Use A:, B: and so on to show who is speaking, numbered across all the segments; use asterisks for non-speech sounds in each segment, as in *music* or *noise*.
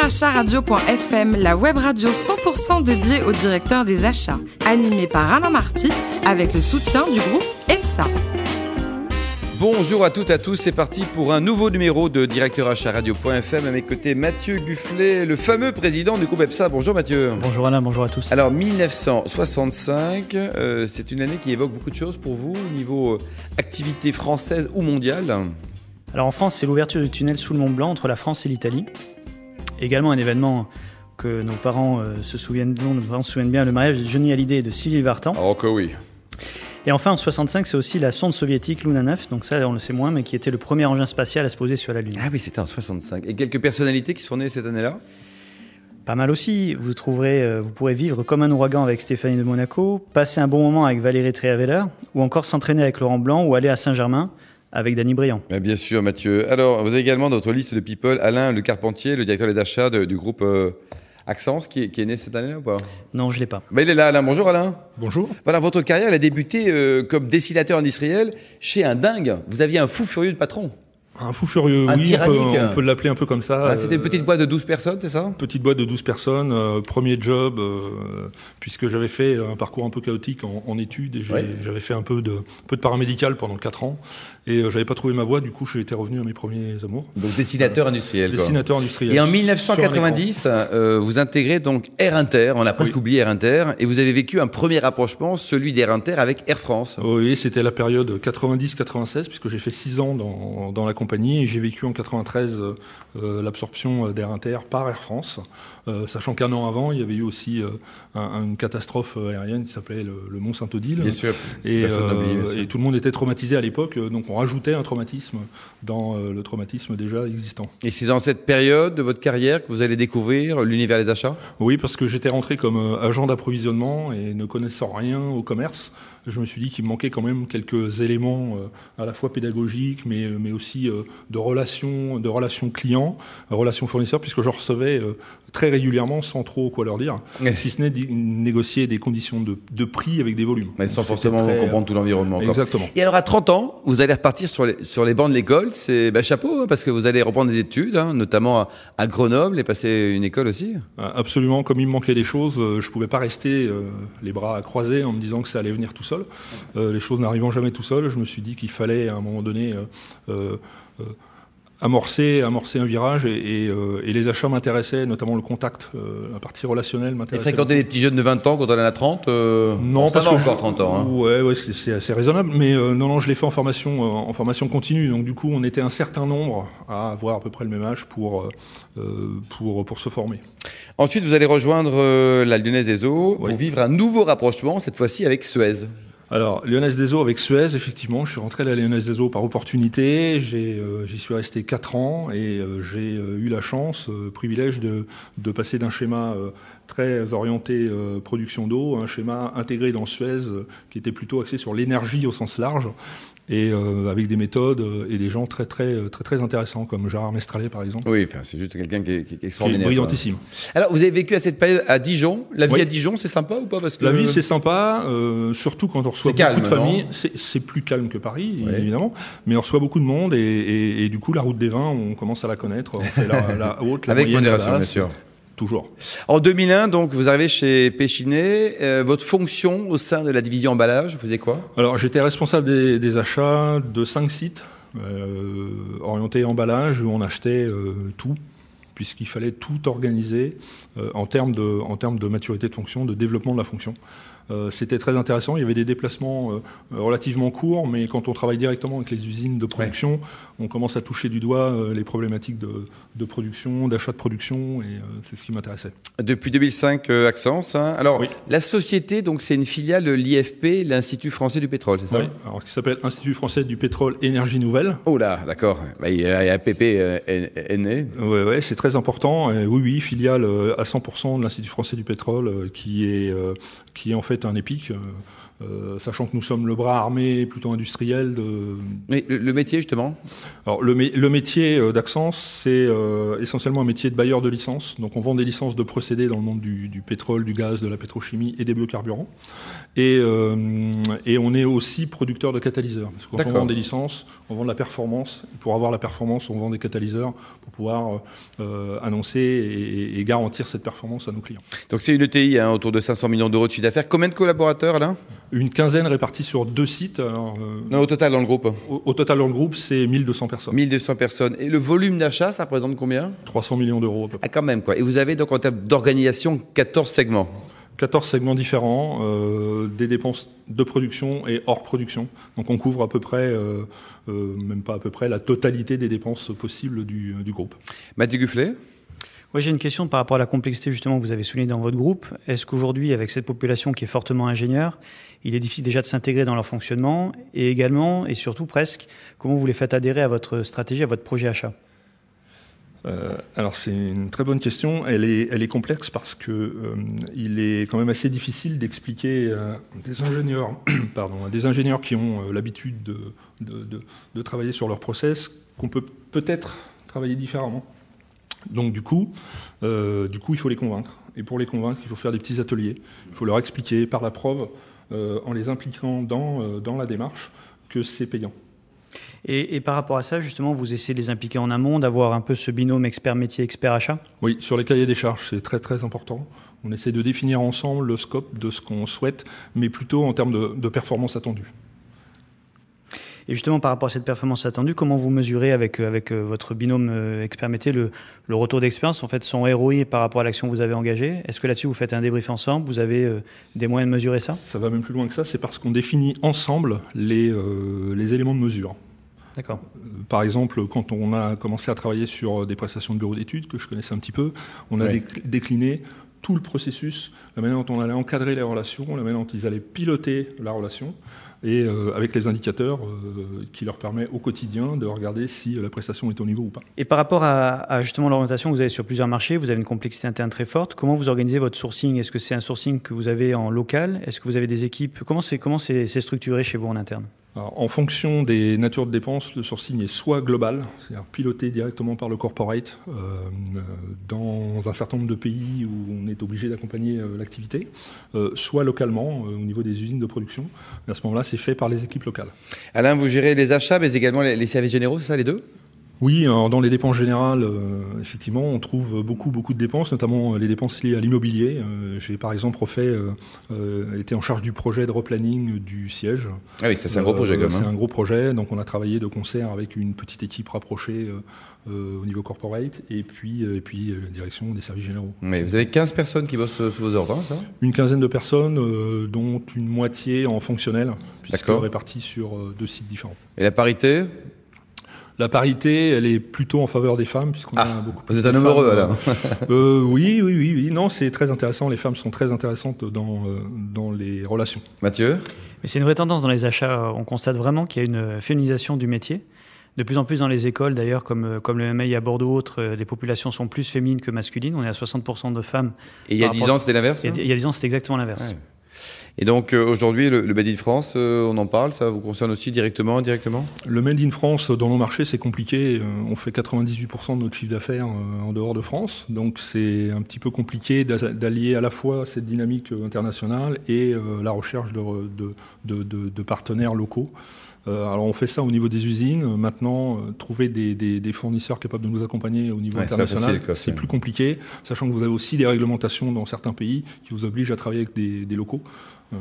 A: directeurachat-radio.fm, la web radio 100% dédiée au directeur des achats, animée par Alain Marty avec le soutien du groupe EPSA.
B: Bonjour à toutes et à tous, c'est parti pour un nouveau numéro de Directeur Achat Radio.fm. À mes côtés, Mathieu Gufflet, le fameux président du groupe EPSA. Bonjour Mathieu.
C: Bonjour Alain, bonjour à tous.
B: Alors 1965, euh, c'est une année qui évoque beaucoup de choses pour vous au niveau euh, activité française ou mondiale.
C: Alors en France, c'est l'ouverture du tunnel sous le Mont Blanc entre la France et l'Italie. Également un événement que nos parents euh, se souviennent, dont nos parents se souviennent bien, le mariage de Johnny Hallyday et de Sylvie Vartan.
B: Oh que oui.
C: Et enfin, en 65, c'est aussi la sonde soviétique Luna 9, donc ça, on le sait moins, mais qui était le premier engin spatial à se poser sur la Lune.
B: Ah oui, c'était en 65. Et quelques personnalités qui sont nées cette année-là
C: Pas mal aussi. Vous trouverez, euh, vous pourrez vivre comme un ouragan avec Stéphanie de Monaco, passer un bon moment avec Valérie Tréaveller, ou encore s'entraîner avec Laurent Blanc ou aller à Saint-Germain avec Danny Briand.
B: Eh Bien sûr, Mathieu. Alors, vous avez également dans votre liste de people Alain Le Carpentier, le directeur des achats de- du groupe euh, Accence, qui est, qui est né cette année-là ou pas
C: Non, je l'ai pas.
B: Bah, Il est là, Alain. Bonjour Alain.
D: Bonjour.
B: Voilà, votre carrière, elle a débuté euh, comme dessinateur industriel chez un dingue. Vous aviez un fou furieux de
D: Euh,
B: patron.
D: Un fou furieux,
B: Un
D: oui, on peut,
B: tyrannique.
D: on peut l'appeler un peu comme ça.
B: Voilà, C'était une
D: Euh,
B: petite boîte de 12 personnes, c'est ça
D: petite boîte de 12 personnes, euh, premier job, euh, puisque j'avais fait un parcours un peu chaotique en, en études et j'ai-
B: Ouais.
D: j'avais fait un peu de, un peu de paramédical pendant 4 ans et euh, j'avais pas trouvé ma voie, du coup j'étais revenu à mes premiers amours.
B: Donc dessinateur industriel. quoi.
D: Dessinateur industriel.
B: Et en
D: Sur un
B: 1990, euh, vous intégrez donc Air Inter, on a presque
D: Oui.
B: oublié Air Inter, et vous avez vécu un premier rapprochement, celui d'Air Inter avec Air France.
D: écran. Oui, c'était la période 90-96, puisque j'ai fait 6 ans dans, dans la compagnie et j'ai vécu en 93 euh, euh, l'absorption d'Air Inter par Air France, euh, sachant qu'un an avant, il y avait eu aussi euh, un- une catastrophe euh, aérienne qui s'appelait le, le Mont Saint-Odile.
B: sûr.
D: Et,
B: Personne n'a
D: euh,
B: oublié, bien sûr.
D: et tout le monde était traumatisé à l'époque, euh, donc on rajoutait un traumatisme dans euh, le traumatisme déjà existant.
B: Et c'est dans cette période de votre carrière que vous allez découvrir l'univers des achats
D: Oui, parce que j'étais rentré comme euh, agent d'approvisionnement et ne connaissant rien au commerce, je me suis dit qu'il me manquait quand même quelques éléments euh, à la fois pédagogiques, mais, mais aussi euh, de relations, de relations clients, euh, relations fournisseurs, puisque je recevais euh, très régulièrement sans trop quoi leur dire,
B: Ouais.
D: si ce n'est d'y- négocier des conditions de, de prix avec des volumes.
B: Mais sans
D: C'était
B: forcément
D: très- euh,
B: comprendre tout l'environnement. encore.
D: Exactement.
B: Et alors à 30 ans, vous allez repartir sur les, sur les bancs de l'école, c'est bah, chapeau, hein, parce que vous allez reprendre des études, hein, notamment à, à Grenoble, et passer une école aussi.
D: Euh, Absolument, comme il me manquait des choses, euh, je pouvais pas rester euh, les bras croisés en me disant que ça allait venir tout seul. Euh, les choses n'arrivant jamais tout seul, je me suis dit qu'il fallait à un moment donné euh, euh, euh, amorcer, amorcer un virage et, et, euh, et les achats m'intéressaient, notamment le contact, euh, la partie relationnelle
B: Et
D: m'intéressait.
B: fréquenter les petits jeunes de 20 ans quand on en a 30 euh,
D: Non,
B: ça
D: parce
B: va
D: que je-
B: encore 30 ans. hein.
D: Ouais, ouais, c'est c'est assez raisonnable. Mais euh, non, non, je l'ai fait en formation, euh, en formation continue. Donc du coup, on était un certain nombre à avoir à peu près le même âge pour euh, pour pour se former.
B: Ensuite, vous allez rejoindre euh, la Lyonnaise des Eaux
D: Oui.
B: pour vivre un nouveau rapprochement, cette fois-ci avec Suez.
D: Alors, Lyonnaise des Eaux avec Suez, effectivement, je suis rentré à la Lyonnaise des Eaux par opportunité. J'ai, euh, J'y suis resté 4 ans et euh, j'ai euh, eu la chance, euh, le privilège de, de passer d'un schéma euh, très orienté euh, production d'eau à un schéma intégré dans Suez euh, qui était plutôt axé sur l'énergie au sens large et euh, avec des méthodes euh, et des gens très très euh, très très intéressants comme Gérard Mestralet par exemple,
B: Oui, enfin, c'est juste quelqu'un qui est, qui est
D: qui est
B: extraordinaire. quoi.
D: brillantissime.
B: Alors, vous avez vécu à cette période à Dijon. La vie
D: Oui.
B: à Dijon, c'est sympa ou pas Parce que
D: La vie, c'est sympa, euh, surtout quand on reçoit
B: C'est
D: beaucoup
B: calme,
D: de familles. C'est c'est plus calme que Paris,
B: Ouais.
D: évidemment, mais on reçoit beaucoup de monde et, et- et du coup, la route des vins, on commence à la connaître. On fait la, la haute, la
B: avec
D: moyenne, la
B: modération,
D: basse,
B: bien sûr.
D: Toujours.
B: En 2001, donc, vous arrivez chez Péchinet. Euh, votre fonction au sein de la division emballage, vous faisiez quoi
D: Alors, j'étais responsable des, des achats de cinq sites euh, orientés emballage où on achetait euh, tout, puisqu'il fallait tout organiser euh, en termes de en termes de maturité de fonction, de développement de la fonction. Euh, C'était très intéressant. Il y avait des déplacements euh, relativement courts, mais quand on travaille directement avec les usines de production, on commence à toucher du doigt euh, les problématiques de, de production, d'achat de production, et euh, c'est ce qui m'intéressait.
B: Depuis 2005, euh, Accence. hein. Alors,
D: Oui.
B: la société, donc, c'est une filiale de l'IFP, l'Institut français du pétrole, c'est ça
D: Oui. Alors, qui s'appelle Institut français du pétrole énergie nouvelle.
B: Oh là, d'accord. Bah, il y a APP euh, est- est né.
D: Ouais, ouais, c'est très important. Et oui, oui, filiale euh, à 100% de l'Institut français du pétrole, euh, qui est euh, qui est en fait un EPIC, euh, euh, sachant que nous sommes le bras armé plutôt industriel de.
B: Mais le, le métier, justement
D: Alors, le, mé- le métier euh, d'Axence, c'est euh, essentiellement un métier de bailleur de licences. Donc, on vend des licences de procédés dans le monde du, du pétrole, du gaz, de la pétrochimie et des biocarburants. Et, euh, et on est aussi producteur de catalyseurs. Parce que quand on
B: D'accord.
D: vend des licences, on vend de la performance. Et pour avoir la performance, on vend des catalyseurs pour pouvoir euh, annoncer et- et garantir cette performance à nos clients.
B: Donc c'est une ETI hein, autour de 500 millions d'euros de chiffre d'affaires. Combien de collaborateurs là
D: Une quinzaine répartie sur deux sites. Alors, euh,
B: Non, au total dans le groupe
D: au, au total, dans le groupe, c'est 1200 personnes.
B: 1200 personnes. Et le volume d'achat, ça représente combien
D: 300 millions d'euros à peu près.
B: Ah quand même quoi. Et vous avez donc en termes d'organisation 14 segments.
D: 14 segments différents, euh, des dépenses de production et hors production. Donc on couvre à peu près, euh, euh, même pas à peu près, la totalité des dépenses possibles du, euh, du groupe.
B: Mathieu Gufflet
C: Oui, j'ai une question par rapport à la complexité justement que vous avez soulignée dans votre groupe. Est-ce qu'aujourd'hui, avec cette population qui est fortement ingénieure, il est difficile déjà de s'intégrer dans leur fonctionnement Et également, et surtout presque, comment vous les faites adhérer à votre stratégie, à votre projet achat
D: Euh, alors c'est une très bonne question. Elle est, elle est complexe parce que euh, il est quand même assez difficile d'expliquer à des ingénieurs, *coughs* pardon, à des ingénieurs qui ont euh, l'habitude de, de, de- de travailler sur leur process qu'on peut peut-être travailler différemment. Donc du coup, euh, du coup, il faut les convaincre. Et pour les convaincre, il faut faire des petits ateliers. Il faut leur expliquer par la preuve, euh, en les impliquant dans, euh, dans la démarche, que c'est payant.
C: et, et par rapport à ça, justement, vous essayez de les impliquer en amont, d'avoir un peu ce binôme expert métier, expert achat
D: Oui, sur les cahiers des charges, c'est très très important. On essaie de définir ensemble le scope de ce qu'on souhaite, mais plutôt en termes de, de performance attendue.
C: Et justement, par rapport à cette performance attendue, comment vous mesurez avec, euh, avec euh, votre binôme euh, expert métier le, le retour d'expérience, en fait, son ROI par rapport à l'action que vous avez engagée Est-ce que là-dessus, vous faites un débrief ensemble Vous avez euh, des moyens de mesurer ça
D: Ça va même plus loin que ça, c'est parce qu'on définit ensemble les, euh, les éléments de mesure.
C: D'accord.
D: Euh, Par exemple, quand on a commencé à travailler sur euh, des prestations de bureaux d'études, que je connaissais un petit peu, on a
B: Ouais.
D: déc- décliné tout le processus, la manière dont on allait encadrer les relations, la manière dont ils allaient piloter la relation, et euh, avec les indicateurs euh, qui leur permet au quotidien de regarder si la prestation est au niveau ou pas.
C: Et par rapport à, à justement l'orientation que vous avez sur plusieurs marchés, vous avez une complexité interne très forte. Comment vous organisez votre sourcing Est-ce que c'est un sourcing que vous avez en local Est-ce que vous avez des équipes Comment c'est comment c'est c'est structuré chez vous en interne
D: Alors, en fonction des natures de dépenses, le sourcing est soit global, c'est-à-dire piloté directement par le corporate euh, euh, dans un certain nombre de pays où on est obligé d'accompagner euh, l'activité, euh, soit localement euh, au niveau des usines de production. Et à ce moment-là, c'est fait par les équipes locales.
B: Alain, vous gérez les achats, mais également les, les services généraux, c'est ça les deux
D: Oui, alors dans les dépenses générales, euh, effectivement, on trouve beaucoup beaucoup de dépenses, notamment euh, les dépenses liées à l'immobilier. Euh, J'ai par exemple refait, euh, euh, été en charge du projet de replanning du siège.
B: Ah oui, ça c'est un gros
D: Euh,
B: projet quand même.
D: C'est
B: hein.
D: un gros projet, donc on a travaillé de concert avec une petite équipe rapprochée euh, euh, au niveau corporate et puis, euh, et puis euh, la direction des services généraux.
B: hein. Mais vous avez 15 personnes qui bossent euh, sous vos ordres, hein, ça
D: Une quinzaine de personnes, euh, dont une moitié en fonctionnel, puisque
B: D'accord.
D: répartie sur euh, deux sites différents.
B: Et la parité
D: La parité, elle est plutôt en faveur des femmes, puisqu'on
B: Ah,
D: a beaucoup plus
B: Vous êtes un
D: de
B: homme
D: femmes,
B: heureux,
D: euh,
B: Alain.
D: euh, Oui, oui, oui, oui. Non, c'est très intéressant. Les femmes sont très intéressantes dans, euh, dans les relations.
B: Mathieu
C: Mais c'est une vraie tendance dans les achats. On constate vraiment qu'il y a une féminisation du métier. De plus en plus dans les écoles, d'ailleurs, comme, euh, comme le MI à Bordeaux, autres, euh, les populations sont plus féminines que masculines. On est à 60% de femmes.
B: Et il y a
C: Par
B: 10
C: rapport-
B: ans, c'était l'inverse
C: Et
B: hein
C: il y a 10 ans, c'était exactement l'inverse.
B: Ouais. Et donc euh, aujourd'hui, le, le Made in France, euh, on en parle, ça vous concerne aussi directement, indirectement
D: Le Made in France dans nos marchés, c'est compliqué. Euh, On fait 98% de notre chiffre d'affaires euh, en dehors de France. Donc c'est un petit peu compliqué d'a- d'allier à la fois cette dynamique euh, internationale et euh, la recherche de, re- de- de- de- de partenaires locaux. Euh, Alors on fait ça au niveau des usines. Euh, Maintenant, euh, trouver des, des- des fournisseurs capables de nous accompagner au niveau
B: Ouais, c'est pas
D: international,
B: facile, quoi,
D: c'est
B: c'est-
D: plus compliqué, sachant que vous avez aussi des réglementations dans certains pays qui vous obligent à travailler avec des, des locaux euh,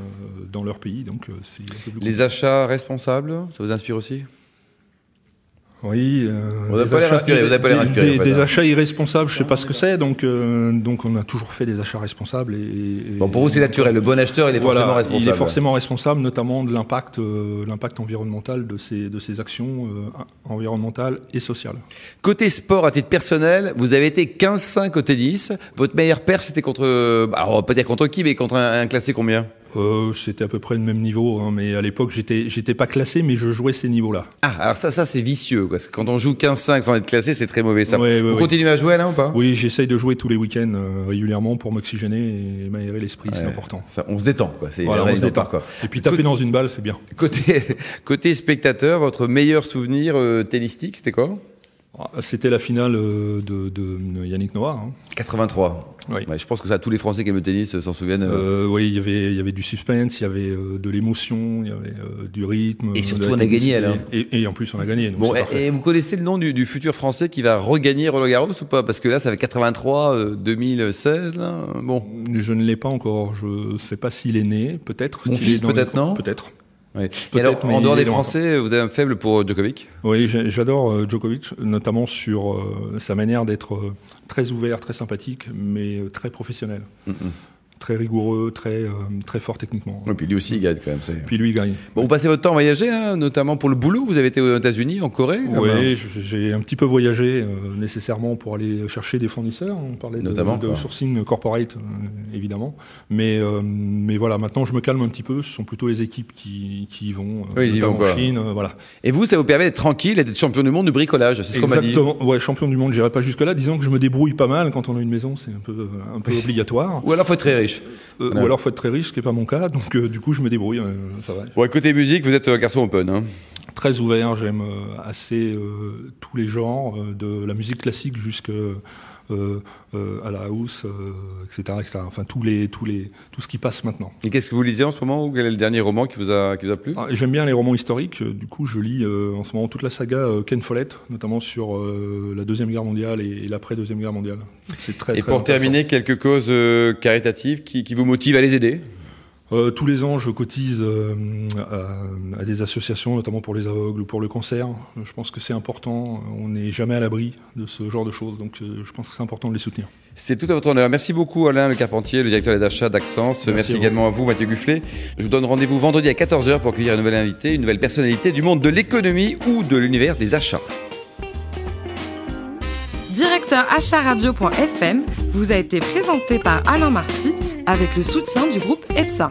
D: dans leur pays. Donc euh, c'est un peu plus compliqué.
B: Les achats responsables, ça vous inspire aussi
D: Oui. euh,
B: Vous avez
D: des
B: pas l'air
D: achats-
B: inspiré, vous avez pas l'air
D: des-
B: inspiré,
D: Des,
B: en fait,
D: des
B: hein.
D: achats irresponsables, je sais pas ce que c'est, donc, euh, donc on a toujours fait des achats responsables. Et, et-
B: Bon, pour vous, c'est naturel. Le bon acheteur, il est
D: Voilà,
B: forcément responsable.
D: Il est forcément responsable, notamment de l'impact, euh, l'impact environnemental de ces, de ces actions euh, environnementales et sociales.
B: Côté sport, à titre personnel, vous avez été 15-5 au tennis. Votre meilleure perf, c'était contre, euh, bah, on va pas dire contre qui, mais contre un, un classé combien
D: Euh, C'était à peu près le même niveau, hein, mais à l'époque, j'étais, j'étais pas classé, mais je jouais ces niveaux-là.
B: Ah, alors ça, ça c'est vicieux, parce que quand on joue 15-5 sans être classé, c'est très mauvais. Ça.
D: Ouais, ouais,
B: vous
D: ouais.
B: continuez à jouer là ou pas
D: Oui, j'essaye de jouer tous les week-ends euh, régulièrement pour m'oxygéner et m'aérer l'esprit, c'est
B: Ouais.
D: important.
B: Ça, on se détend, quoi. C'est
D: Voilà, on se
B: réalisateur,
D: détend.
B: quoi.
D: Et puis taper
B: Côté-
D: dans une balle, c'est bien.
B: Côté, côté spectateur, votre meilleur souvenir euh, tennistique, c'était quoi
D: Ah, C'était la finale euh, de, de Yannick Noah. hein.
B: Ah. 83.
D: Oui.
B: Ouais, je pense que ça, tous les Français qui aiment le tennis euh, s'en souviennent. euh,
D: Euh, oui, il y avait, il y avait du suspense, il y avait euh, de l'émotion, il y avait euh, du rythme.
B: Et
D: de
B: surtout,
D: la
B: on a gagné,
D: technicité.
B: alors.
D: Et, et en plus, on a gagné. Donc
B: Bon,
D: c'est
B: et,
D: parfait.
B: et vous connaissez le nom du, du futur Français qui va regagner Roland Garros ou pas Parce que là, ça fait 83, euh, 2016, là. Bon,
D: Je ne l'ai pas encore. Je sais pas s'il est né, peut-être.
B: Mon
D: Il est
B: fils,
D: dans les
B: peut-être,
D: cours-
B: non
D: Peut-être.
B: ouais. Et
D: Peut-être,
B: alors,
D: mais
B: en dehors
D: il est
B: des
D: loin.
B: Français, vous avez un faible pour Djokovic
D: Oui, j'a- j'adore euh, Djokovic, notamment sur euh, sa manière d'être euh, très ouvert, très sympathique, mais euh, très professionnel, très rigoureux, très euh, très fort techniquement.
B: Et puis lui aussi, il gagne quand même. c'est-
D: Puis lui, il gagne.
B: Bon, vous passez votre temps à voyager, hein, notamment pour le boulot. Vous avez été aux États-Unis, en Corée quand même.
D: Oui, j- j'ai un petit peu voyagé euh, nécessairement pour aller chercher des fournisseurs. On parlait de-
B: Notamment,
D: de,
B: quoi.
D: sourcing corporate, euh, évidemment. Mais, euh, mais voilà, maintenant je me calme un petit peu. Ce sont plutôt les équipes qui, qui y vont, euh,
B: Oui, ils y
D: notamment
B: vont, quoi.
D: en Chine. euh, voilà.
B: Et vous, ça vous permet d'être tranquille et d'être champion du monde du bricolage. C'est ce qu'on m'a dit.
D: Exactement. Ouais, champion du monde, j'irai pas jusque-là. Disons que je me débrouille pas mal. Quand on a une maison, c'est un peu, euh, un peu obligatoire.
B: Ou alors, faut être très riche.
D: Euh,
B: Ouais.
D: Ou alors faut être très riche, ce qui n'est pas mon cas. Donc euh, du coup, je me débrouille. euh, ça va.
B: Bon, et côté musique, vous êtes un garçon open. Hein.
D: Très ouvert, j'aime euh, assez euh, tous les genres, euh, de la musique classique jusqu'à la house, euh, etc., etc. Enfin, tous les, tous les, tout ce qui passe maintenant.
B: Et qu'est-ce que vous lisez en ce moment ou quel est le dernier roman qui vous a, qui vous a plu
D: Ah, et J'aime bien les romans historiques, euh, du coup je lis euh, en ce moment toute la saga euh, Ken Follett, notamment sur euh, la Deuxième Guerre mondiale et, et l'après-Deuxième Guerre mondiale. C'est très,
B: Et
D: très
B: pour
D: intéressant.
B: terminer, quelques causes euh, caritatives qui, qui vous motivent à les aider
D: Euh, tous les ans, je cotise euh, à, à des associations, notamment pour les aveugles ou pour le cancer. Euh, Je pense que c'est important. On n'est jamais à l'abri de ce genre de choses. Donc, euh, je pense que c'est important de les soutenir.
B: C'est tout à votre honneur. Merci beaucoup Alain Le Carpentier, le directeur des achats d'Axence. Merci,
D: Merci à vous.
B: également à vous Mathieu Gufflet. Je vous donne rendez-vous vendredi à 14h pour accueillir un nouvel invité, une nouvelle personnalité du monde de l'économie ou de l'univers des achats.
A: Directeur achatradio.fm vous a été présenté par Alain Marty avec le soutien du groupe EPSA.